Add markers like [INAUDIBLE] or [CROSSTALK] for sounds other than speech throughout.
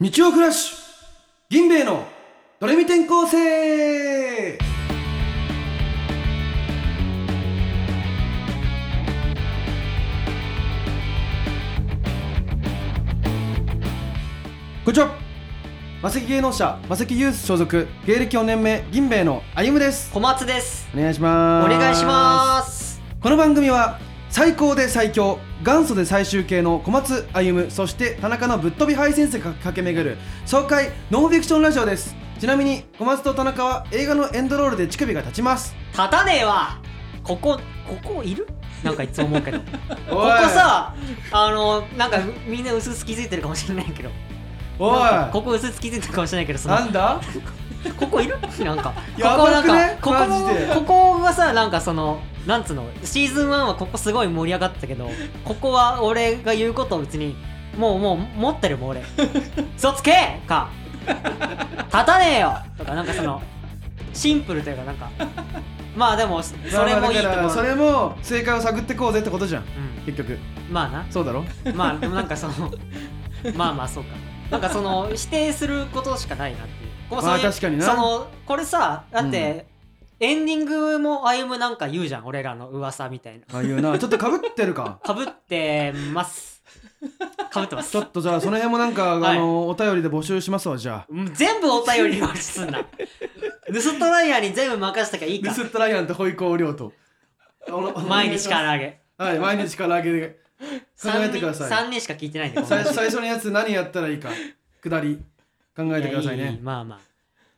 日曜クラッシュ銀兵衛のドレミ転校生こんにちはマセキ芸能者マセキユース所属芸歴4年目銀兵衛のあゆむです小松ですお願いしおます願いしますこの番組は最高で最強元祖で最終形の小松歩そして田中のぶっ飛びハイセンスが駆け巡る爽快ノンフィクションラジオですちなみに小松と田中は映画のエンドロールで乳首が立ちます立たねえわここここいるなんかいつも思 [LAUGHS] うけどこここさあのなんかみんな薄々気づいてるかもしれないけどおいなんかここ薄々気づいてるかもしれないけどそのなんだここいる [LAUGHS] なんかここやなばんくねかここマジでもここはさなんかそのなんつうのシーズン1はここすごい盛り上がってた [LAUGHS] けどここは俺が言うことを別にもうもう持ってるもん [LAUGHS] 俺嘘つけか立たねえよとかなんかそのシンプルという [LAUGHS] かなんかまあでもそまあれもいだいとかころらそれも正解を探ってこうぜってことじゃんう結局ん、まあなそうだろまあでもなんかその [LAUGHS] まあまあそうかなんかその否定することしかないなっていうこうまあそれ確かになそのこれさだって、エンディングも歩むなんか言うじゃん俺らの噂みたいなああいう [LAUGHS] なちょっとかぶってるかかぶってますかぶってますちょっとじゃあその辺もなんか、はいあのお便りで募集しますわじゃあうん全部お便りにすんな盗ストライヤーに全部任せたからいいルかスットライアンとホイコーリョウと毎日から揚げはい、毎日から揚げで考えてください。 3人しか聞いてないんでこの最話最初のやつ何やったらいいか、下り、考えてくださいやね。まあまあ、は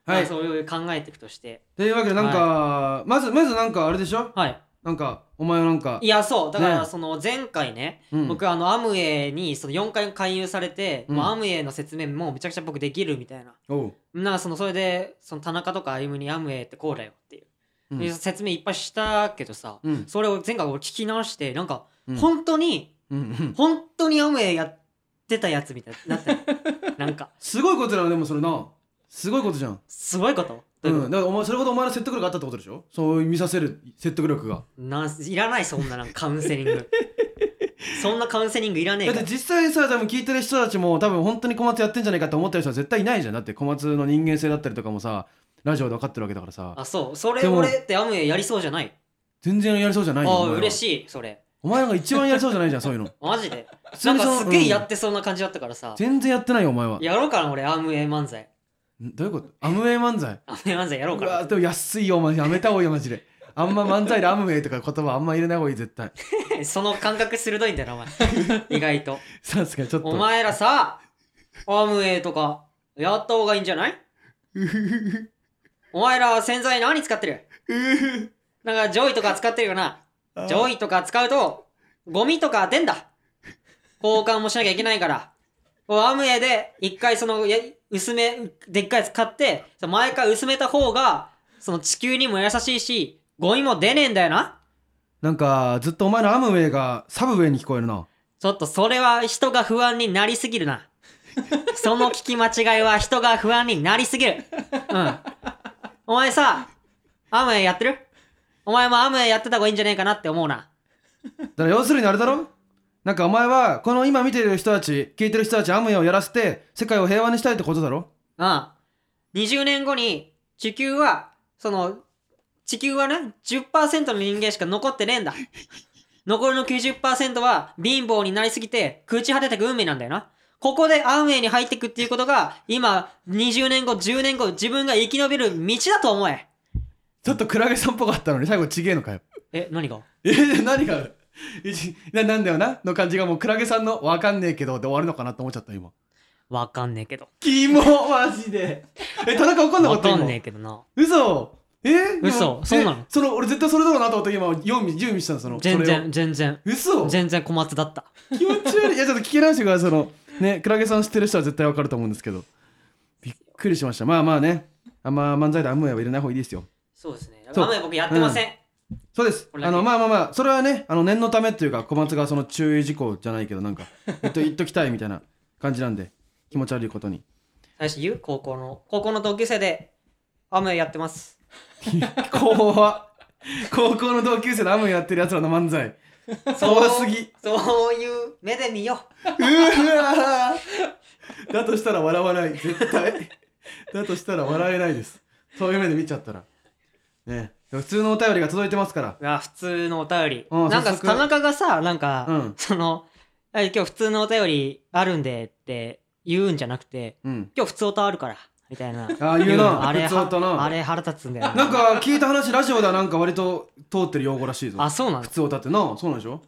まあい。そういう考えていくとしてというわけで、なんか、まず、まずなんかあれでしょはいなんか、お前はなんかい、やそうだかねらその前回ねうん、僕あのアムウェイにその4回勧誘されて、うんもうアムウェイの説明もうめちゃくちゃ僕できるみたいな。おう。なんかそのそれでその田中とか歩夢にアムウェイってこうだよっていう、うんいう説明いっぱいしたけどさ、うんそれを前回俺聞き直してなんかうん本当に、うんうん本当にアムウェイやってたやつみたいに [LAUGHS] なったよなんかすごいことなの、でもそれな。すごいことじゃん。すごいことどうういうこん。だからお前、それほどお前の説得力あったってことでしょそう見させる説得力が。となんすいらないそんななんかカウンセリン [LAUGHS] グそんなカウンセリングいらねだえっかてら実際さ、多分聞いてる人たちも、多分本当に小松やってんじゃないかって思ってる人は絶対いないじゃん。だって小松の人間性だったりとかもさ、ラジオで分かってるわけだからさ。あそうそれでも俺ってアムウェイやりそうじゃない全然やりそうじゃないよあおあ前は嬉しいそれお前なんか一番やりそうじゃないじゃんそう [LAUGHS] いうのマジで普な通にんそのかすげえやうんってそうな感じだったからさ、全然やってないよお前はやろうかな俺アムウェイ漫才んどういうことアムウェイ漫才アムウェイ漫才やろううかわなでも安いよお前やめた方がいいよマジであんま漫才でアムウェイとか言葉あんま入れない方がいい絶対 [LAUGHS] [LAUGHS] その感覚鋭いんだよなお前意外とさすがちょっとお前らさアムウェイとかやった方がいいんじ [LAUGHS] ゃないお前ら洗剤何使ってる [LAUGHS] なんかジョイとか使ってるよなジョイとか使うとゴミとか出んだ交換もしなきゃいけないからこうアムウェイで一回そのや薄めでっかいやつ買ってその毎回薄めた方がその地球にも優しいしゴミも出ねえんだよななんかずっとお前のアムウェイがサブウェイに聞こえるなちょっとそれは人が不安になりすぎるな。その聞き間違いは人が不安になりすぎる。うん。お前さ、アムウェイやってるお前もアムウェイやってた方がいいんじゃねえかなって思うな。だから要するにあれだろなんかお前はこの今見てる人たち聞いてる人たちアムウェイをやらせて世界を平和にしたいってことだろうん。20年後に地球は、その、地球はね、10%の人間しか残ってねえんだ。残りの90%は貧乏になりすぎて、朽ち果ててく運命なんだよな。ここでアンウェイに入ってくっていうことが、今、20年後、10年後、自分が生き延びる道だと思え。ちょっとクラゲさんっぽかったのに最後ちげえのかよえ、何がえ何がいちななんだよなの感じがもうクラゲさんの「わかんねえけど」で終わるのかなと思っちゃった今わかんねえけど。キモマジでえ田中わかんなかわったか今んねえけどな。嘘え嘘そうなのえその俺絶対それだろうなと思って今準備準備したのその全それを然、全然。嘘全然小松だった。気持ち悪いいやちょっと聞き直してくださいそのねクラゲさん知ってる人は絶対わかると思うんですけどびっくりしましたまあまあねあんま漫才でアムウェイは入れない方がいいですよそうですね。そうアンウェイ僕やってません。そうです。これだあけの、まあまあまあ、それはね、あの、念のためっていうか、小松がその注意事項じゃないけど、 [LAUGHS] なんか、言っと、言っときたいみたいな感じなんで、気持ち悪いことに。最初言う高校の。高校の同級生で、アンウェイやってます。怖っ高校の同級生のアムやってる奴らの漫才。怖すぎ。そういう目で見ようわだとしたら笑わない絶対だとしたら笑えないですそういう目で見ちゃったらね普通のお便りが届いてますからうわ普通のお便り。うんなんか早速田中がさ、なんか、うんその、あ今日普通のお便りあるんでって言うんじゃなくて、うん今日普通お便あるから、みたいな。ああいうなあれ普通音なあれ腹立つんだよなんか聞いた話ラジオではなんか割と通ってる用語らしいぞあ、そうなの普通歌ってなそうなんでしょ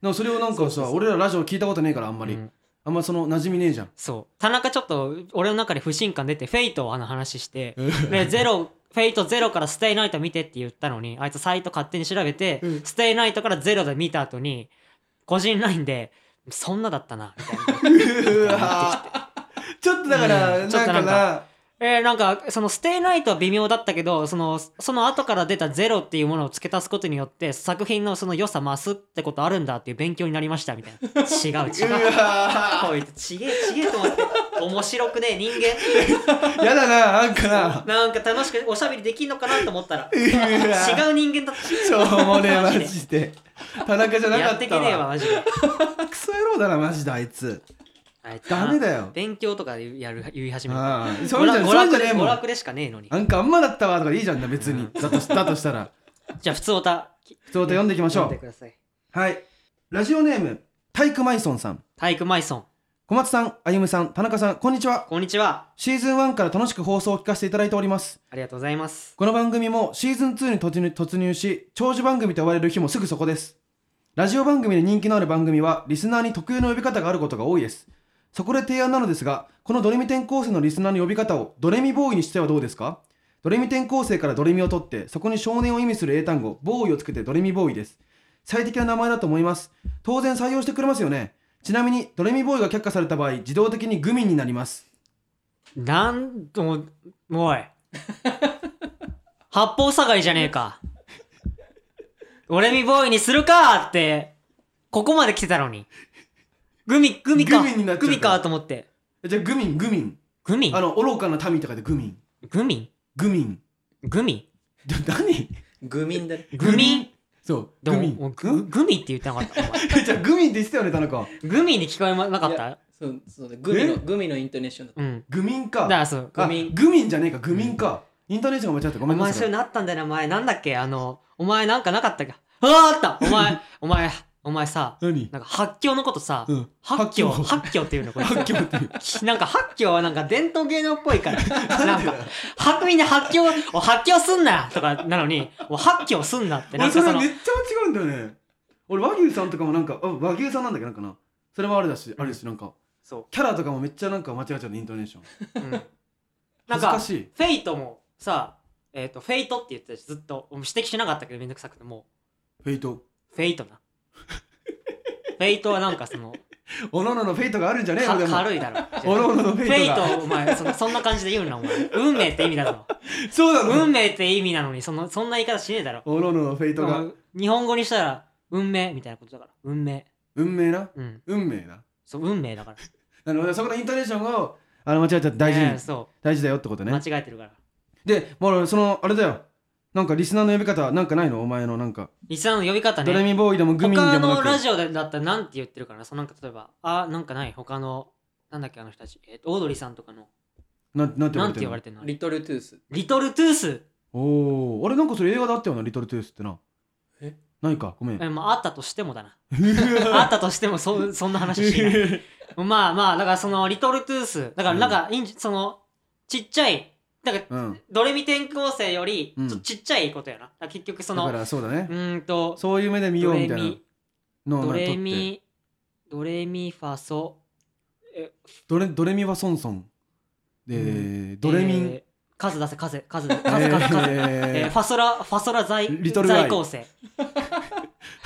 なんかそれをなんかさ俺らラジオ聞いたことねえからあんまり、うんあんまその馴染みねえ [LAUGHS] じゃんそう。田中ちょっと、俺の中で不信感出て、フェイトをあの話して、うんで、ゼロ、フェイトゼロからステイナイト見てって言ったのに、あいつサイト勝手に調べて、うんステイナイトからゼロで見た後に、個人ラインで、そんなだったな、みたいな。うわちょっとだから、うんちょなんっかとなんなかえー、なんかそのステイナイトは微妙だったけどそのその後から出た「ゼロっていうものを付け足すことによって作品のその良さ増すってことあるんだっていう勉強になりましたみたいな違うう違うわこいつちげえちげえと思って面白くねえ人 [LAUGHS] やだななんかな間なんか楽しくおしゃべりできんのかなと思ったらう [LAUGHS] わ違う人間だっしょうもねえママジでジで田中じゃたなやかっってたけねえわわマジでクソ野郎だなマジであいつあいつダメだよ勉強とかやる言い始めたああそういうんじゃ娯そういうん楽じゃでねえも娯ん楽でしかねえのになんかあんまだったわとかいいじゃんな別にだとしだとしたらじゃあ普通おた普通歌読んでいきましょ読んでうくださいはいラジオネーム体育マイソンさん体育マイソン小松さんあゆむさん田中さんこんにちはこんにちはシーズン1から楽しく放送を聞かせていただいておりますありがとうございますこの番組もシーズン2に突入突入し長寿番組と呼ばれる日もすぐそこですラジオ番組で人気のある番組はリスナーに特有の呼び方があることが多いですそこで提案なのですがこのドレミ転校生のリスナーの呼び方をドレミボーイにしてはどうですかドレミ転校生からドレミを取ってそこに少年を意味する英単語ボーイをつけてドレミボーイです最適な名前だと思います当然採用してくれますよねちなみにドレミボーイが却下された場合自動的にグミになりますなんとも、お [LAUGHS] い。八方下がりじゃねえか。俺みボーイにするかって、ここまで来てたのに。グミ、グミか。グミになっちゃったグミかと思って。じゃあグミングミングミあの愚かな民とかでグミングミグミングミじゃ何愚民だね。グミそうでグミも、ンググミって言ってなかった。お前 [LAUGHS] じゃあグミンって言ってたよね田中グミに聞こえまなかったそうそうね。グミえのグミのイントネーションだっうん。グミンだかからそう。あグミングミンじゃねえかグミンかインターネーションが間違ったごおめんな前そさういなったんだよな、お前。なんだっけあの、お前なんかなかったか。ああった [LAUGHS] お前、お前、お前さ、何なんか発狂のことさ、うん八教八八教っていうのこれ発狂っていう [LAUGHS] なんか八教はなんか伝統芸能っぽいからなんかはみんな八教お八教すんなとかなのにお八教すんなって [LAUGHS] な俺んそかれそのめっちゃ違うんだよね俺和牛さんとかもなんかあ和牛さんなんだっけなんかなそれもあれだしあれだしなんかそキャラとかもめっちゃなんか間違っちゃうねインターネーションう、うん、なん恥ずかかしいフェイトもさえっ、とフェイトって言ってたしずっと俺も指摘しなかったけどめんどくさくてもフェイトうフェイト [LAUGHS] なフェイトはなんかそのおのののフェイトがあるんじゃねえかのでも軽いだろおのののフフェェイイトがトお前そのそんな感じで言うなお前運命って意味だろそうなの運命って意味なのにそのそんな言い方しねえだろおのののフェイトが日本語にしたら運命みたいなことだから運命運命なうん運命なそう運命だからなるほどそこのインターネーションをあの間違っちゃって大事に、ねえそ大事だよってことう、ね間違えてるからでもうそのあれだよなんかリスナーの呼び方なんかないのお前のなんか、リスナーの呼び方ドレねミボーイでもグミンで他もなのくラジオだったらなんて言ってるからそのなんか例えばあなんかない他のなんだっけあの人たち、えっとオードリーさんとかのなんなんて呼ばれなんててるの言われてるのた。リトルトゥース。リトルトゥースおおあれなんかそれ映画であったよなリトルトゥースってなえないかごめんえまああったとしてもだなあったとしてもそそんな話はしないまあまあだからそのリトルトゥースだからなんか、いいんじそのちっちゃいだから [LAUGHS] うんドレミ転校生よりうんちょっとちっちゃいことやな、だから結局そだのからそうだねう、ーんと、そういう目で見よドうみレたいなミ、のをドまあ撮ってレミ、ドレミファソ、ドレドレミはソンソンで、うドレミン、えー数出せ、数、数、 [LAUGHS] 数、数、数、数、えーえーファソラ、ファソラ在、リトルガイ在校生。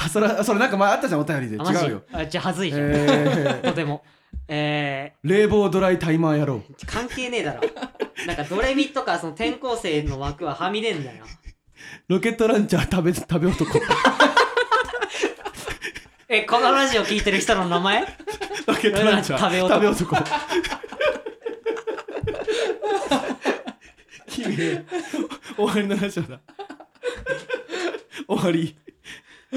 あそれそれなんか前あったじゃんお便りであマジ違うよ、あじゃあ、はずいじゃん。えとー、ても。え冷房ドライタイマー野郎ー、関係ねえだろ。なんか、ドレミとか、その転校生の枠ははみ出んだよ。ロケットランチャー食べ食べ [LAUGHS] 男え、このラジオ聞いてる人の名前ロケットランチャー食べ男男 [LAUGHS] 君終わりのラジオだ終わり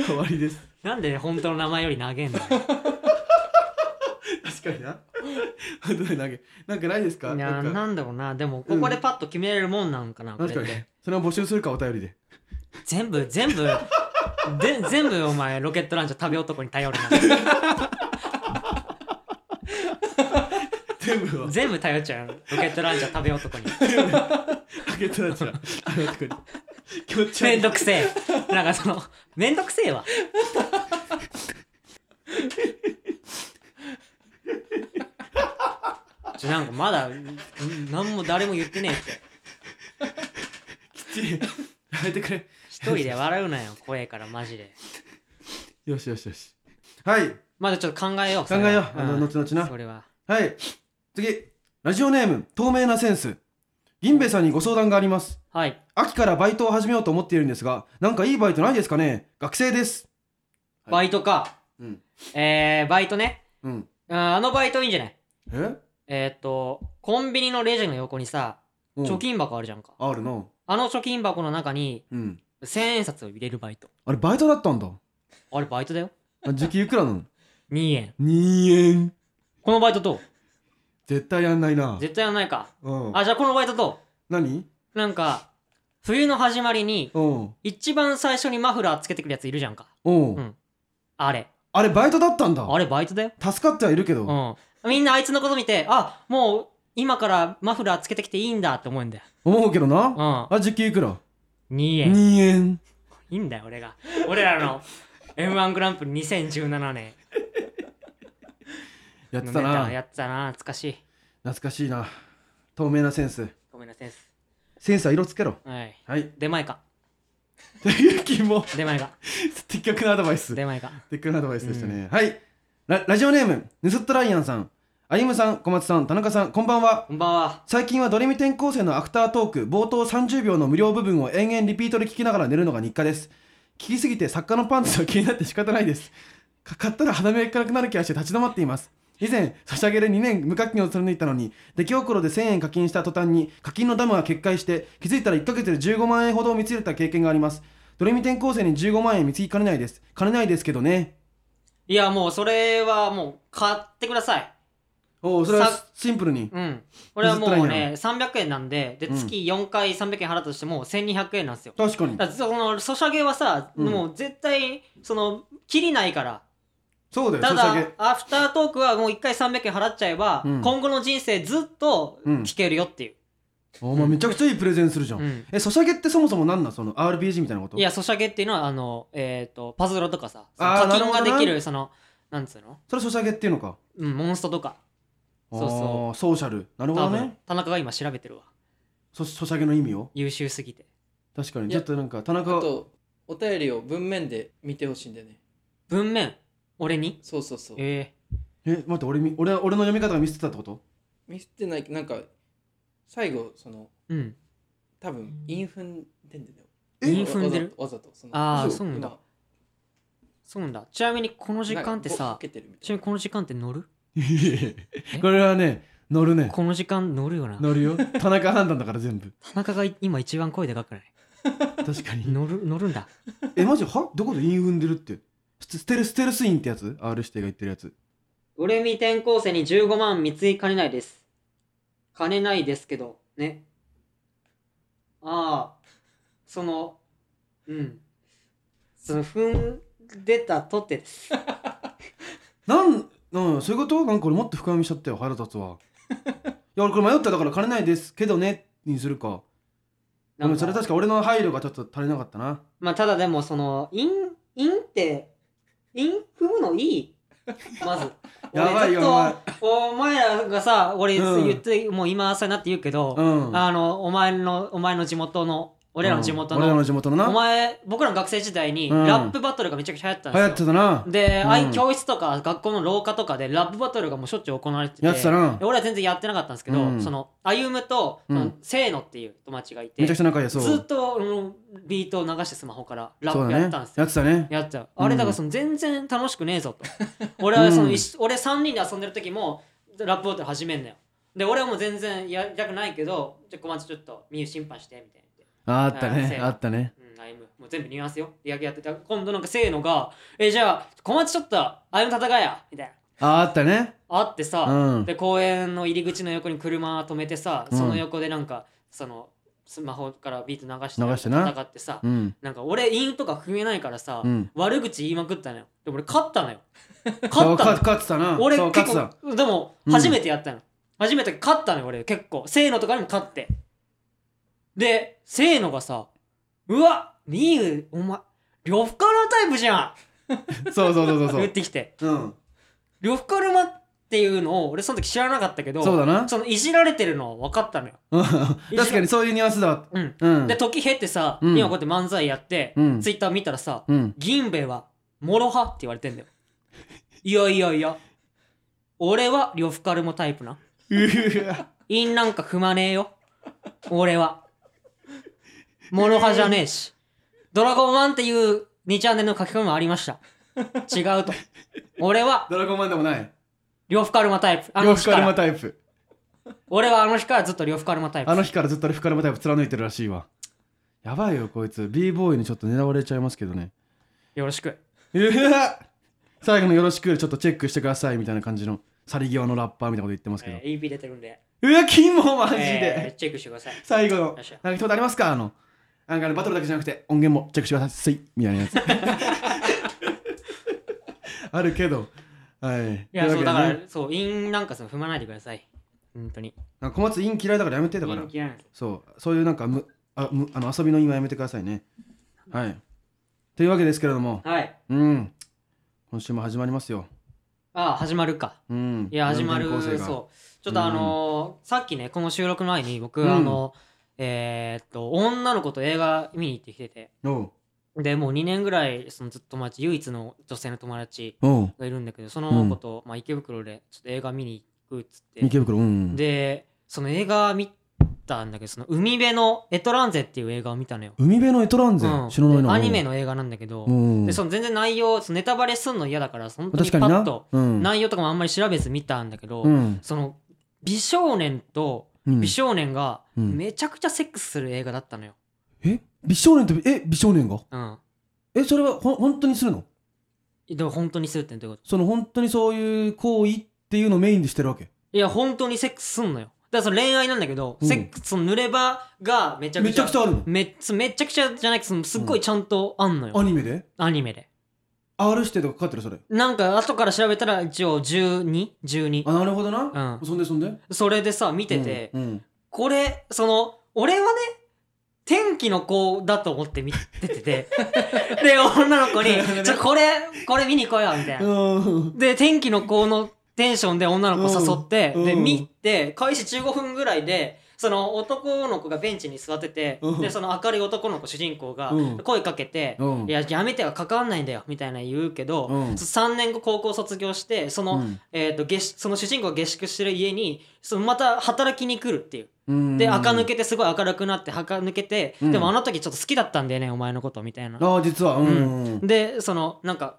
終わりですなんで本当の名前より長えんだよ。確かになあと何投げなんかないですかいやんかなんだろうなでもここでパッと決めれるもんなんかな、これ確っかてにそれを募集するかお便りで全部全部で全部お前ロケットランチャー食べ男に頼る全部はな全部頼っちゃうよロケットランチャー食べ男にあげてらっしゃる [LAUGHS] あのとこにきょっちゃめん [LAUGHS] んどくせえなんかそのめんどくせえわちょなんかまだん何も誰も言ってねえってきっちりやめてくれ一人で笑うなよ怖えからマジでよしよしよしはいまだちょっと考えよう考えようそれはあのん後々なそれははい次ラジオネーム透明なセンス銀兵衛さんにご相談がありますはい秋からバイトを始めようと思っているんですがなんかいいバイトないですかね学生ですはいバイトか、うんえー、バイトねうんああのバイトいいんじゃないええーっとコンビニのレジの横にさうん貯金箱あるじゃんか、あるなあの貯金箱の中にうん千円札を入れるバイトあれバイトだったんだあれバイトだよあ時給いくらなの2円 ?2 円このバイトと絶対やんないな絶対やんないかうんあじゃあこのバイトと何なんか冬の始まりにうん一番最初にマフラーつけてくるやついるじゃんかうん、うんあれあれバイトだったんだあれバイトだよ助かってはいるけど、うんみんなあいつのこと見てあもう今からマフラーつけてきていいんだって思うんだよ思うけどな、うんあ時給いくら2 ?2 円円いいんだよ俺が俺らの m 1グランプリ2017年やってのたネタやなってたな懐かしい懐かしいな透明なセンスごめんなさいですセンスは色つけろはいはい出前かという気も [LAUGHS] 出 [LAUGHS] 前か的確なアドバイス出前かテックなアドバイスでしたね、はいララジオネームヌスットライアンさんあゆむさん小松さん田中さんこんばんはこんばんは最近はドレミ転校生のアフタートーク冒頭30秒の無料部分を延々リピートで聞きながら寝るのが日課です聞きすぎて作家のパンツが気になって仕方ないですか買ったら鼻目がなくなる気がして立ち止まっています以前差し上げで2年無課金を貫いたのに出来心で1000円課金した途端に課金のダムが決壊して気づいたら1ヶ月で15万円ほどを見つけた経験がありますドレミ転校生に15万円見つけかねないですかねないですけどねいやもうそれはもう買ってくださいおおそれはさシンプルにうん俺は譲もうったらいいね300円なんででうん月4回300円払ったとしても1200円なんですよ確かにだからそのソシャゲはさ、うんもう絶対その切りないからそうだたよ差し上だげアフタートークはもう1回300円払っちゃえば、うん今後の人生ずっとうん聞けるよっていう、お前めちゃくちゃいいプレゼンするじゃん、うんえソシャゲってそもそも何なんその RPG みたいなこといやソシャゲっていうのはあの、えー、とパズドラとかさそのあー課金ながるでほどなきるそのなんつうの、それソシャゲっていうのかうん、モンストとかそうそうあーソーシャルなるほ多ど分、ね田中が今調べてるわソソシャゲの意味を優秀すぎて確かにいちょやっとなんか田中あとお便りを文面で見てほしいんだよね文面俺にそうそうそうええ待って俺み俺は俺の読み方がミスってたって [LAUGHS] こと見せてないなんか最後そのえうん多分インフンでんだよえインフンでるわざとわざとそのああ嘘そうなんだそうなんだちなみにこの時間ってさけてるみちなみにこの時間って乗るこれはね乗るねこの時間乗るよな乗るよ田中判断だから全部田中が今一番声でかくない確かに乗る乗るんだえマジはどこで韻踏んでるってステステルステルスインってやつ R 指定が言ってるやつ俺み転校生に15万貢いかねないです。金ないですけど、ね。ああ、その、うん。その、踏んでたとてです。なん、うん、そういうことなんか俺もっと深読みしちゃったよ腹立つわいや俺これ迷っただから金ないですけどねにするかなんうんそれ確か俺の配慮がちょっと足りなかったなまあ、ただでも、その、イン、インって、イン踏むのいいまず。 [LAUGHS] やばいよ俺ずっとお前らがさ、俺うん言って、もう今朝になって言うけうど、んあの、お前の、お前の地元の、俺らの地元うん俺らのの地元のなお前僕らの学生時代にうんラップバトルがめちゃくちゃ流行ってたん流行っでてすよ、たなで、うんあい教室とか学校の廊下とかでラップバトルがもうしょっちゅう行われててやってたなで俺は全然やってなかったんですけど、うんその歩むとうんそのせーのっていう友達がいて、めちゃくちゃ仲良いそうずっと、うんビートを流してスマホからラそッうプだねやってたんですよ、やってたねやっちゃううんあれだからその全然楽しくねえぞと俺はその、うん一緒俺3人で遊んでる時もラップバトル始めんだよで俺はもう全然やりたくないけどじゃあ小松ちょっとみゆ審判してみたいなああったうんねせあったねうん、アイム。もう全部ニュアンスよ。リアクやってた。今度なんかせーのが、え、じゃあ、小松ちょっと、アイム戦えや。みたいな。ああったねあってうさ、んで公園の入り口の横に車止めてさ、うんその横でなんかそのスマホからビート流して流してな戦ってさ、うんなんか俺陰とか踏めないからさ、うん悪口言いまくったのよでも俺勝ったの [LAUGHS] よそ勝うったの勝勝ってたな俺そう結勝ってた構でもうん初めてやったの、初めて勝ったのよ俺結構せーのとかにも勝ってでせーのがさうわニーグお前呂布カルマタイプじゃんそうそうそうそ [LAUGHS] 言うってきてそううん呂布カルマっていうのを俺その時知らなかったけどそうだなそのいじられてるのは分かったのようん確かにそういうニュアンスだわうんうんで時経ってさ、うん今こうやって漫才やって、うんツイッター見たらさ、 [LAUGHS] うん銀兵衛は諸派って言われてんだよいやいやいや俺は呂布カルマタイプな陰なんか踏まねえよ俺は諸派じゃねえしドラゴンワンっていう2チャンネルの書き込みもありました違うと俺はドラゴンマンでもない呂布カルマタイプあ両のフ日カかルマらタイプ俺はあの日からずっと呂布カルマタイプあの日からずっとフカルマタイプ貫いてるらしいわやばいよこいつ b ボーイにちょっと狙われちゃいますけどねよろしくうわ最後の「よろしく」ちょっとチェックしてくださいみたいな感じのさり際のラッパーみたいなこと言ってますけど、えー EP 出てるんでうわキモマジで、えーチェックしてください最後のよっしゃなんか一言ありますかあのなんかねバトルだけじゃなくて音源もチェックしてくださいみたいなや [LAUGHS] つあるけどはいいいやそうだかねらそう陰なんかその踏まないでください本当になんか小松陰嫌いだからやめてだから陰嫌いなんですそうそういうなんかむあむあの遊びの意味はやめてくださいねはいというわけですけれどもはいうん今週も始まりますよああ始まるかうんいや始まる四年構成がそうちょっとあのーさっきねこの収録前に僕、うんあのえーっと女の子と映画見に行ってきてておうでもう2年ぐらいそのずっと友達唯一の女性の友達おうがいるんだけどその子と、まあ、池袋でちょっと映画見に行くっつって池袋うんでその映画見たんだけどその海辺のエトランゼっていう映画を見たのよ、海辺のエトランゼ、うん知らないなでアニメの映画なんだけど、うんでその全然内容そのネタバレすんの嫌だから本当に確パかにッなとうん内容とかもあんまり調べず見たんだけど、うんその美少年とうん美少年がうんめちゃくちゃセックスする映画だったのよ。え美少年ってえ美少年がうん。えそれはほん本当にするのでも本当にするってどういうこその本当にそういう行為っていうのをメインでしてるわけといや本当にセックスすんのよ。だからその恋愛なんだけど、うんセックスその濡れ場がめちゃくめちちゃゃくちゃあるのめっちゃめちゃくちゃじゃないけどそのすっごいちゃんとあんのよ、アニメでアニメで。 R 指定とかかかってるそれなんか後から調べたら一応1212あなるほどな、うんそんでそんでそれでさ見てて、うんうんこれその俺はね天気の子だと思って見てて [LAUGHS] てで女の子に「ちょこれこれ見に来いよ」みたいな。うんで天気の子のテンションで女の子誘って、うんでうん見て開始15分ぐらいでその男の子がベンチに座ってて、うんでその明るい男の子主人公がうん声かけて「うんいややめては関わんないんだよ」みたいな言うけど、うん3年後高校卒業してその,、うんえー、と下宿その主人公が下宿してる家にそのまた働きに来るっていう。うんで垢抜けてすごい明るくなって垢抜けて、うんでもあの時ちょっと好きだったんだよねお前のことみたいな。ああ実はうんうんでそのなんか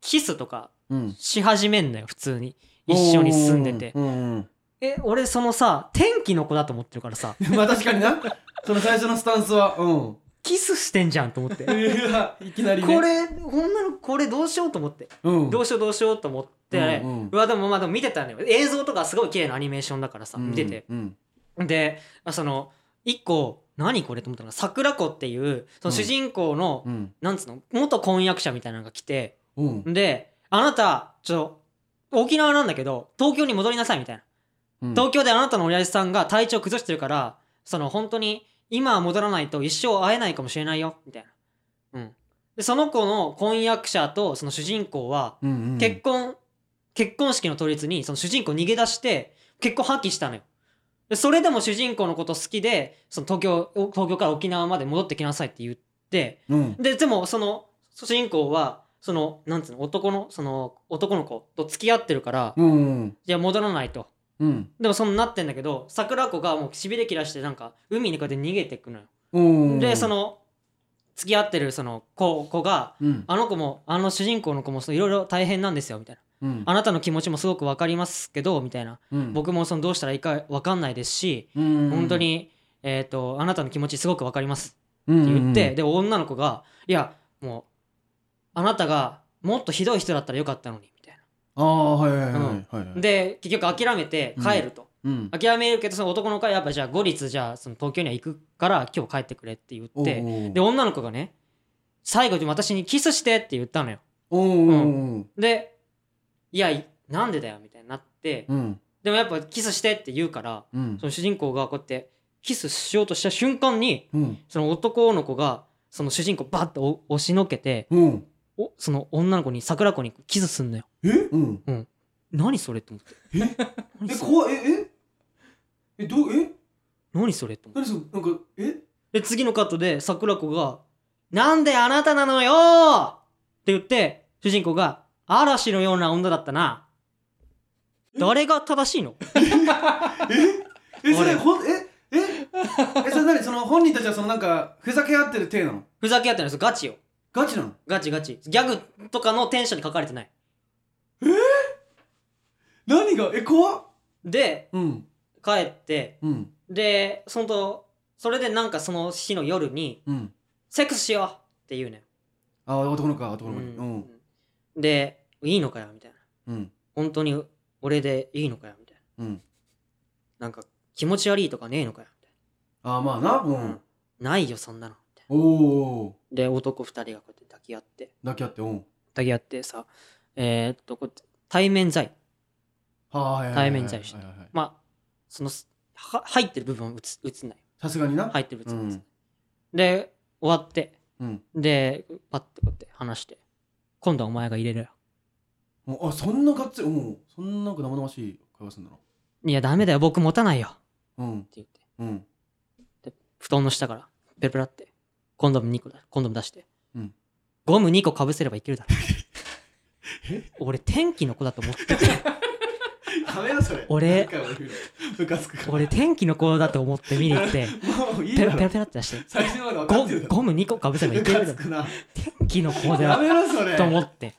キスとかうんし始めんのよ普通に一緒に住んでてうんうんえ俺そのさ天気の子だと思ってるからさうん [LAUGHS] まあ確かになその最初のスタンスは [LAUGHS] うんキスしてんじゃんと思って [LAUGHS] うわいきなりねこれ女の子これどうしようと思ってうんどうしようどうしようと思って、ううんうんわでもまあでも見てたのよ映像とかすごい綺麗なアニメーションだからさうん見てて、うんであその一個何これと思ったのが桜子っていうその主人公の、うんなんつうの元婚約者みたいなのが来てうんであなたちょっと沖縄なんだけど東京に戻りなさいみたいなうん東京であなたの親父さんが体調崩してるからその本当に今は戻らないと一生会えないかもしれないよみたいな、うん、でその子の婚約者とその主人公はうんうん結婚、結婚式の当日にその主人公逃げ出して結婚破棄したのよでそれでも主人公のこと好きでその東京お東京から沖縄まで戻ってきなさいって言ってうんででもその主人公はそのなんつうの男のその男の子と付き合ってるから、うんうんじゃあ戻らないとうんでもそんなってんだけど桜子がもうしびれ切らしてなんか海にこうやって逃げてくのよ、うんでその付き合ってるその子子がうんあの子もあの主人公の子もそういろいろ大変なんですよみたいなうんあなたの気持ちもすごくわかりますけどみたいなうん僕もそのどうしたらいいかわかんないですしうん本当に、えっ、とあなたの気持ちすごくわかりますうんって言って、で女の子が「いやもうあなたがもっとひどい人だったらよかったのに」みたいなああはいはいはいうんはいはいで結局諦めて帰ると、うん諦めるけどその男の子はやっぱじゃあ後日じゃあその東京には行くから今日帰ってくれって言ってでで女の子がね最後に私にキスしてって言ったのよおーおーでいやいなんでだよみたいになってうんでもやっぱキスしてって言うからうんその主人公がこうやってキスしようとした瞬間にうんその男の子がその主人公バッてお押しのけてうんおその女の子に桜子にキスすんのよえうん何それって思って何えそれ怖いえええどうえ何それって思って何そのなんかえで次のカットで桜子が「なんであなたなのよ!」って言って主人公が「嵐のような女だったな」誰が正しいのえそあれれほんえええそれ何その本人たちはそのなんかふざけ合ってる体なのふざけ合ってないですガチよガチなのガチガチギャグとかのテンションに書かれてない何がえ怖っでうん帰ってうんでそのとそれでなんかその日の夜にうん「セックスしよう!」って言うのよ、あ男の子か男うの子にうんん、で「いいのかよ」みたいなうん「本当に俺でいいのかよ」みたいうんななんか気持ち悪いとかねえのかよみたいなあまあなうんないよそんなのみたいおおなで男2人がこうやって抱き合って抱き合ってうん抱き合ってさえーっとこうやって対面罪はいはいはいはい対面対してはいはいはいまあそのは入ってる部分は映映んないさすがにな入ってる部分は映んない、で終わってうんでパッてこうやって話して今度はお前が入れるよもうあそんなガッツリうんそんななんか生々しい会話すんだないやダメだよ僕持たないよってうん言ってうん布団の下からペラペラってコンドーム2個だコンドーム出して、うんゴム2個かぶせればいける [LAUGHS] だろえ俺天気の子だと思っててやめろそれ俺ムカつく俺天気の子だと思って見に行ってもういいペだラペろラペラって出して最初まで分かゴってるだろゴム2個かぶせばいムけカるだつろくな天気の子だやよめろそれと思って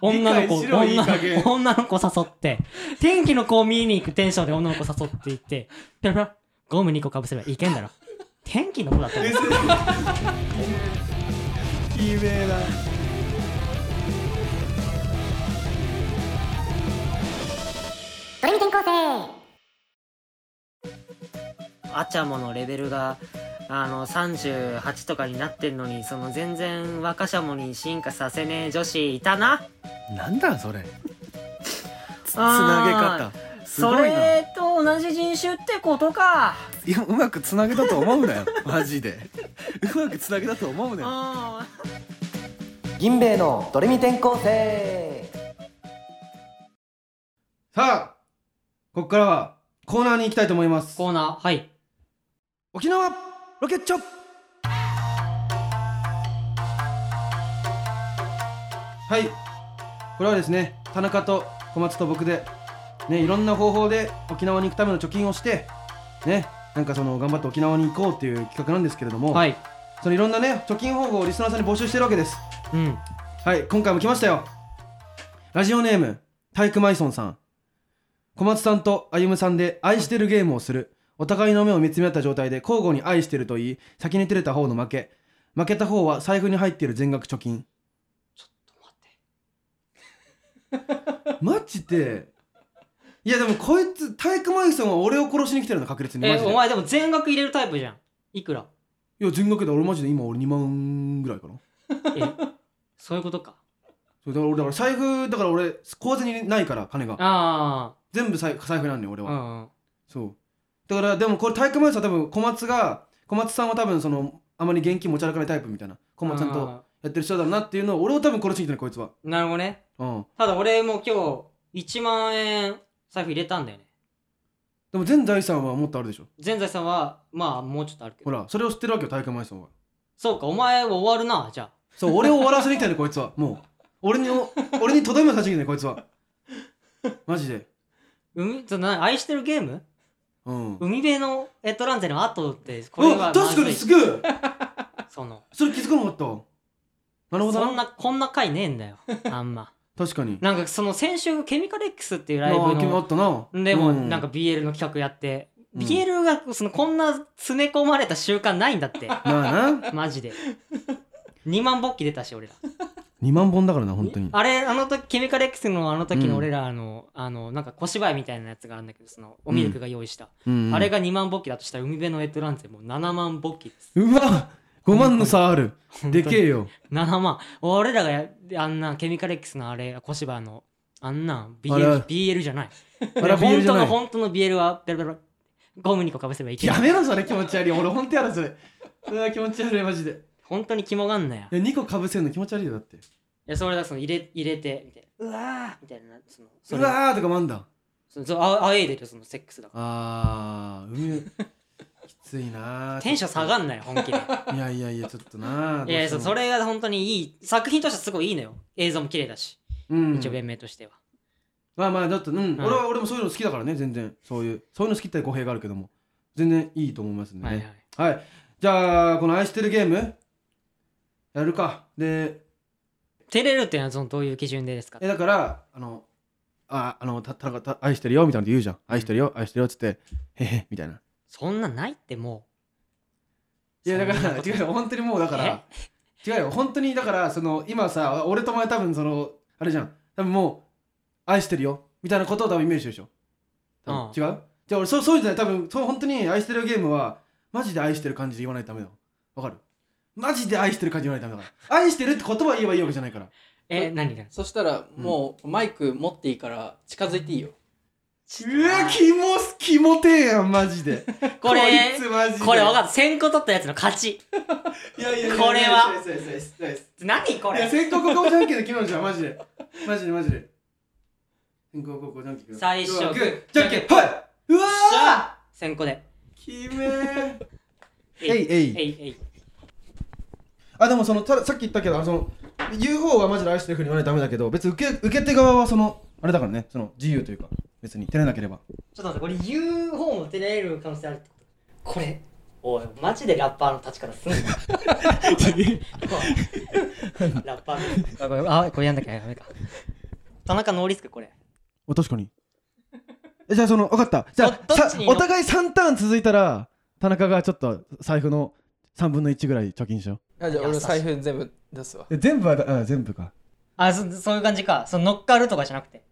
女の子理解しろいい女の加減子女の子誘って天気の子を見に行くテンションで女の子誘っていってペラペラゴム2個かぶせばいけんだろ天気の子だと思ってきめえなドレミ転校生アチャモのレベルがあの38とかになってんのにその全然若シャモに進化させねえ女子いたななんだそれつつあなーげ方すそごいなれと同じ人種ってことかいやうまくつなげたと思うなよマジでうまくつなげたと思うなよあ銀兵衛のドレミ転校生さあここからはコーナーに行きたいと思いますコーナーはい沖縄ロケッチョはいこれはですね田中と小松と僕でねいろんな方法で沖縄に行くための貯金をしてねなんかその頑張って沖縄に行こうっていう企画なんですけれども、はいそのいろんなね貯金方法をリスナーさんに募集してるわけですうんはい今回も来ましたよラジオネーム体育マイソンさん小松さんと歩夢さんで愛してるゲームをするお互いの目を見つめ合った状態で交互に愛してると言い先に照れた方の負け負けた方は財布に入っている全額貯金ちょっと待ってマジでいやでもこいつ体育マイソンは俺を殺しに来てるの確率にえマジでお前でも全額入れるタイプじゃんい [LAUGHS] くらいや全額で俺マジで今俺2万ぐらいかなえそういうことかそうだから俺だから財布だから俺小銭にないから金があ全部財財布なんねん俺あは、うんそうだからでもこれ体育前さ多分小松が小松さんは多分そのあまり現金持ち歩かないタイプみたいな小松さんとあやってる人だろうなっていうのを俺を多分殺しに来てるこいつはーなるほどねうんただ俺も今日1万円財布入れたんだよねでも全財産はもっとあるでしょ全財産はまあもうちょっとあるけほどらそれを知ってるわけよ体育前さんはそうかお前は終わるなじゃあそう俺を終わらせに来てるこいつはもう俺にお俺にとどめを刺しに来てるこいつはマジで海その愛してるゲームうん、海辺のエトランゼの後ってこれあは確かにますずいげえそのそれ気づかなかったなるほどそんななこんな回ねえんだよあん [LAUGHS] ま確かになんかその先週ケミカル X っていうあライブー君あのったなでもうなんか BL の企画やって、うん BL がそのこんな詰め込ま [LAUGHS] れた習慣ないんだってなあなマジで2万勃起出たし俺ら2万本だからな本当にあれあの時ケミカル X のあの時の俺らの、あのなんか小芝居みたいなやつがあるんだけどそのおミルクが用意した、うんあれが2万ボッキだとしたら海辺のエットランゼもう7万ボッキですうわ5万の差ある本当でにけえよ7万俺らがやあんなケミカル X のあれ小芝のあんなんあれ BL, BL じゃないあれは BL 本じゃ当ないの本当の BL はベロベロゴムにこかぶせばいけなやいめろそれ気持ち悪い俺本当やだそれうわ気持ち悪いマジで本当に肝がんなよいいや2個かぶせるの気持ち悪いよだってやそれだその入れ入れてみたいなうわーみたいなそのそうれわーとかもあんだそのそうああえいでるそのセックスだからあー海きついなー [LAUGHS] テンション下がんない本 [LAUGHS] 気でいやいやいやちょっとなーいやいやそどううしてもそれが本当にいい作品としてはすごいいいのよ映像も綺麗だし、うん一応弁明としてはまあまあだってうん、ん俺は俺もそういうの好きだからね全然そういうそういうの好きって語弊があるけども全然いいと思いますんではいはいねはい、じゃあこの「愛してるゲーム」やるかで照れるっていうのはそのどういう基準でですかえだからあのああのたたた愛してるよみたいなの言うじゃん愛してるよ愛してるよっつってへへみたいなそんなんないってもいやだかそんならこと違うよ本当にもうだから違うよ本当にだからその今さ俺とお前多分そのあれじゃん多分もう愛してるよみたいなことを多分イメージしてるでしょ多分うん違うじゃあ俺そうそうじゃない多分そう本当に愛してるゲームはマジで愛してる感じで言わないとダメだよわかるマジで愛してる感じで言わないとダメだから愛してるって言葉言えばいいわけじゃないからうえ何がそしたらもうマイク持っていいから近づいていいようわキモキモてえやんマジでこれいつマジでこれ分かった先行取ったやつの勝ちいやいやいやこれはナイスナイスナイスナイス何こいやれ先行高校じゃんけんで決めろじゃんマジでマジでマジで先行高校じゃんけん決めろ最初うわグーじグゃーんけんはいうわじゃあ先行でー決めーええいえいえいえいあでもそのたさっき言ったけどあのその言う方はマジで愛してるふうに言わないとダメだけど別に受け受け手側はそのあれだからねその自由というか別に照れなければちょっと待ってこれ言う方も照れる可能性あるってことこれおいマジでラッパーの立ち方すんなラッパーの [LAUGHS] あこれやんなきゃやめか田中ノーリスクこれお確かにえじゃあその分かったじゃあどどっちさにいいのお互い3ターン続いたら田中がちょっと財布の3分の1ぐらい貯金しよあじゃあ俺財布全部出すわうえ全部はだあ全部かあそそういう感じかその乗っかるとかじゃなくて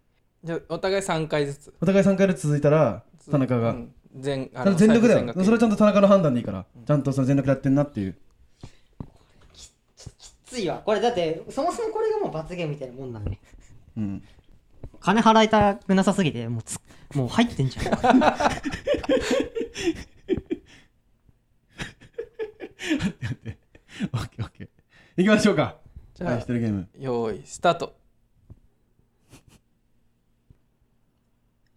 じゃあお互い3回ずつお互い3回で続いたら田中が、うん全あただ全力だ財布全よ額それはちゃんと田中の判断でいいから、ちゃんとその全力でやってんなっていうついわこれだってそもそもこれがもう罰ゲームみたいなもんなんでうん金払いたくなさすぎてもうつもう入ってんじゃんオッケーオッケーいきましょうかじゃあ愛してるゲーム用意スタート [LAUGHS]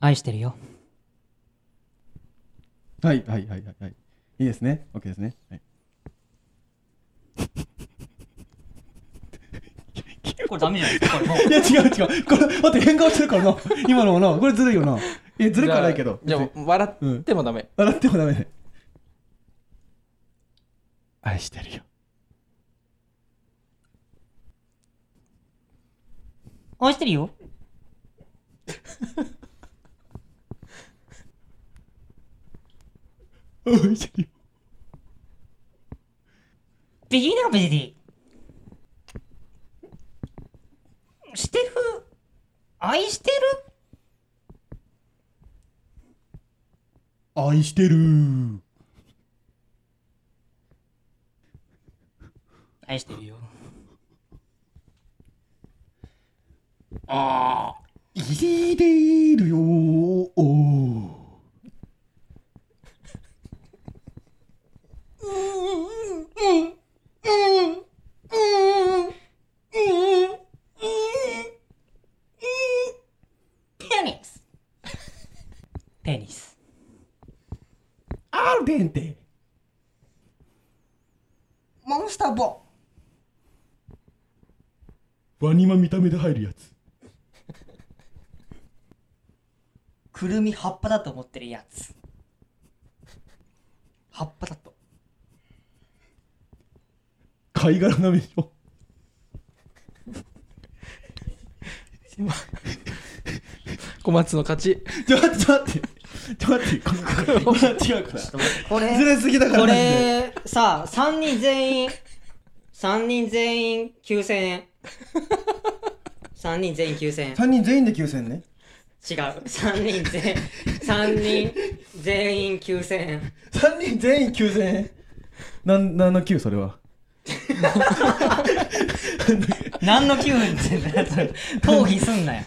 愛してるよはいはいはいはいはいいいですねオッケーですね、はい、これダメじゃないですかこれもういや違う違うこれ待って変顔してるからな今のもなこれずるいよなえずるくはないけどじゃあ別じゃにあ笑ってもダメ、笑ってもダメね愛してるよ愛してるよ愛してるよビギナーベリーしてる愛してる愛してる愛してるよいでるよおーテニステニスアルデンテモンスターボワニマ見た目で入るやつくるみ葉っぱだと思ってるやつ葉っぱだと貝殻なめしょ小松の勝ちちょっと待ってちょっと待ってこれこれ違うからこれずれすぎだからこマジでれさあ3人全員3人全員9000円3人全員9000円3人全員で9000ね違う3人全三人全員9000円3人全員9000円なん何の9それは何の気分ってんだよそれ逃避すんなよ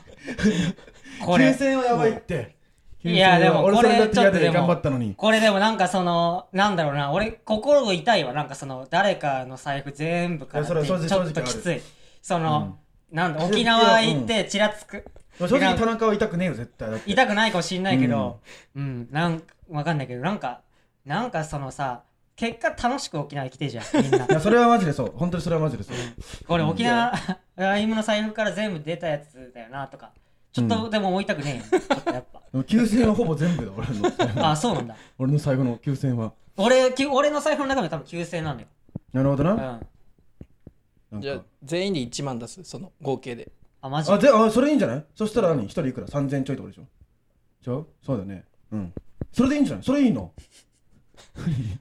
これ9000円はやばいっていやでもこ俺それだれってちょ嫌っとでで頑張もったのにこれでもなんかそのなんだろうな俺心が痛いわなんかその誰かの財布全部かいらやそれはち正ょ直っときついその、なんだいや沖縄行ってちらつく、正直田中は痛くねえよ絶対だって痛くないかもしんないけどうん、なんかわかんないけどなんかなんかそのさ結果楽しく沖縄来てえじゃんみん [LAUGHS] ないやそれはマジでそう本当にそれはマジでそうこれ沖縄アイムの財布から全部出たやつだよなとかちょっとでも思いたくねえよ、ちょっとやっぱでも9000円はほぼ全部だ俺のあそうなんだ俺の最後の9000円は俺き俺の財布の中身は多分9000なんだよ、なるほどなうなんん、かじゃあ全員で1万出すその合計であマジあであそれいいんじゃないそしたら何一人いくら3000ちょいとかでしょちゃうそうだよねうんそれでいいんじゃないそれいいの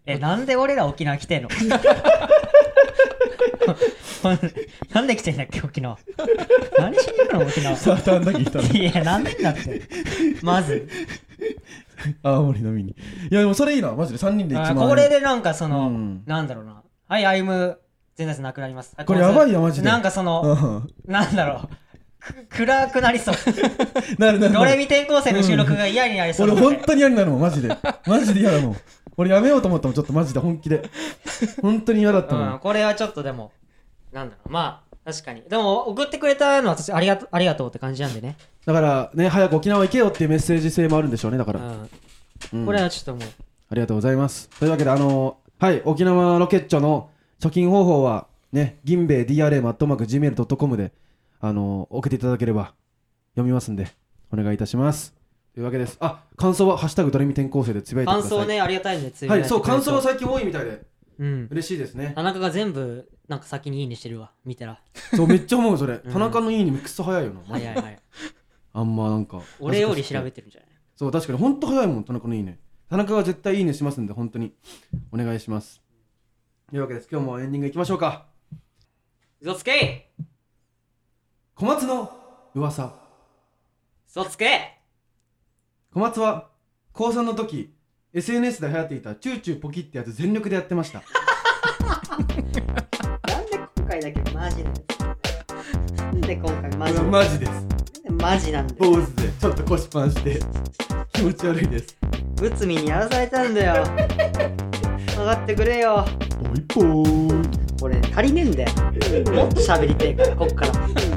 えなんで俺ら沖縄来てんの [LAUGHS] なんで来てんだっけ沖縄何しに行くの沖縄サーターアンダギー来たのいやなんでだってまず [LAUGHS] 青森飲みにいやでもそれいいなマジで3人で1万あ円これでなんかその、うんなんだろうなはいアイム全然なくなりますあこれやばいよマジでなんかその、うなんだろうく暗くなりそうんなるなるドなレるミ転校生の収録が嫌になりそう俺だ本当に嫌になるもんマジでマジで嫌だもん俺やめようと思ったもんちょっとマジで本気 [LAUGHS] で本当に嫌だったもうん、んこれはちょっとでもなんだろうまあ確かにでも送ってくれたのは私ありがとありがとうって感じなんでね、だからね早く沖縄行けよっていうメッセージ性もあるんでしょうねだかうらんうんこれはちょっともうありがとうございます。というわけで、あのはい、沖縄ロケッチョの貯金方法は、ね、銀兵衛 DRM.gmail.com で、あの送っていただければ読みますんで、お願いいたします。というわけです。あ、感想は、ハッシュタグドレミ転校生でつぶやいてくだ感さい。想ねありがたいんでつぶはやいい、てそう、くれる感と想が最近多いみたいで、うん嬉しいですね田。中が全部なんか先にいいねしてるわ見たらそう、めっちゃ思う、それ。ん田中のいいにクソ早いよな。は [LAUGHS] いはいはいあんまなんか。俺より調べて。てるんじゃないそう、確かに、ほんと早いもん、田中のいいね。田中は絶対いいねしますんで、本当に、お願いします。というわけです。今日もエンディングいきましょうか。嘘つけ小松の噂嘘つけ小松は高3の時 SNS で流行っていたチューチューポキってやつ全力でやってましたなんで今回だけマジなんですかなんで今回マジなんでマジですマジなんで坊主でちょっと腰パンして気持ち悪いですぶつみにやらされたんだよ上がってくれよポイポーイ俺足りねえんだよもっと喋りてえからこっから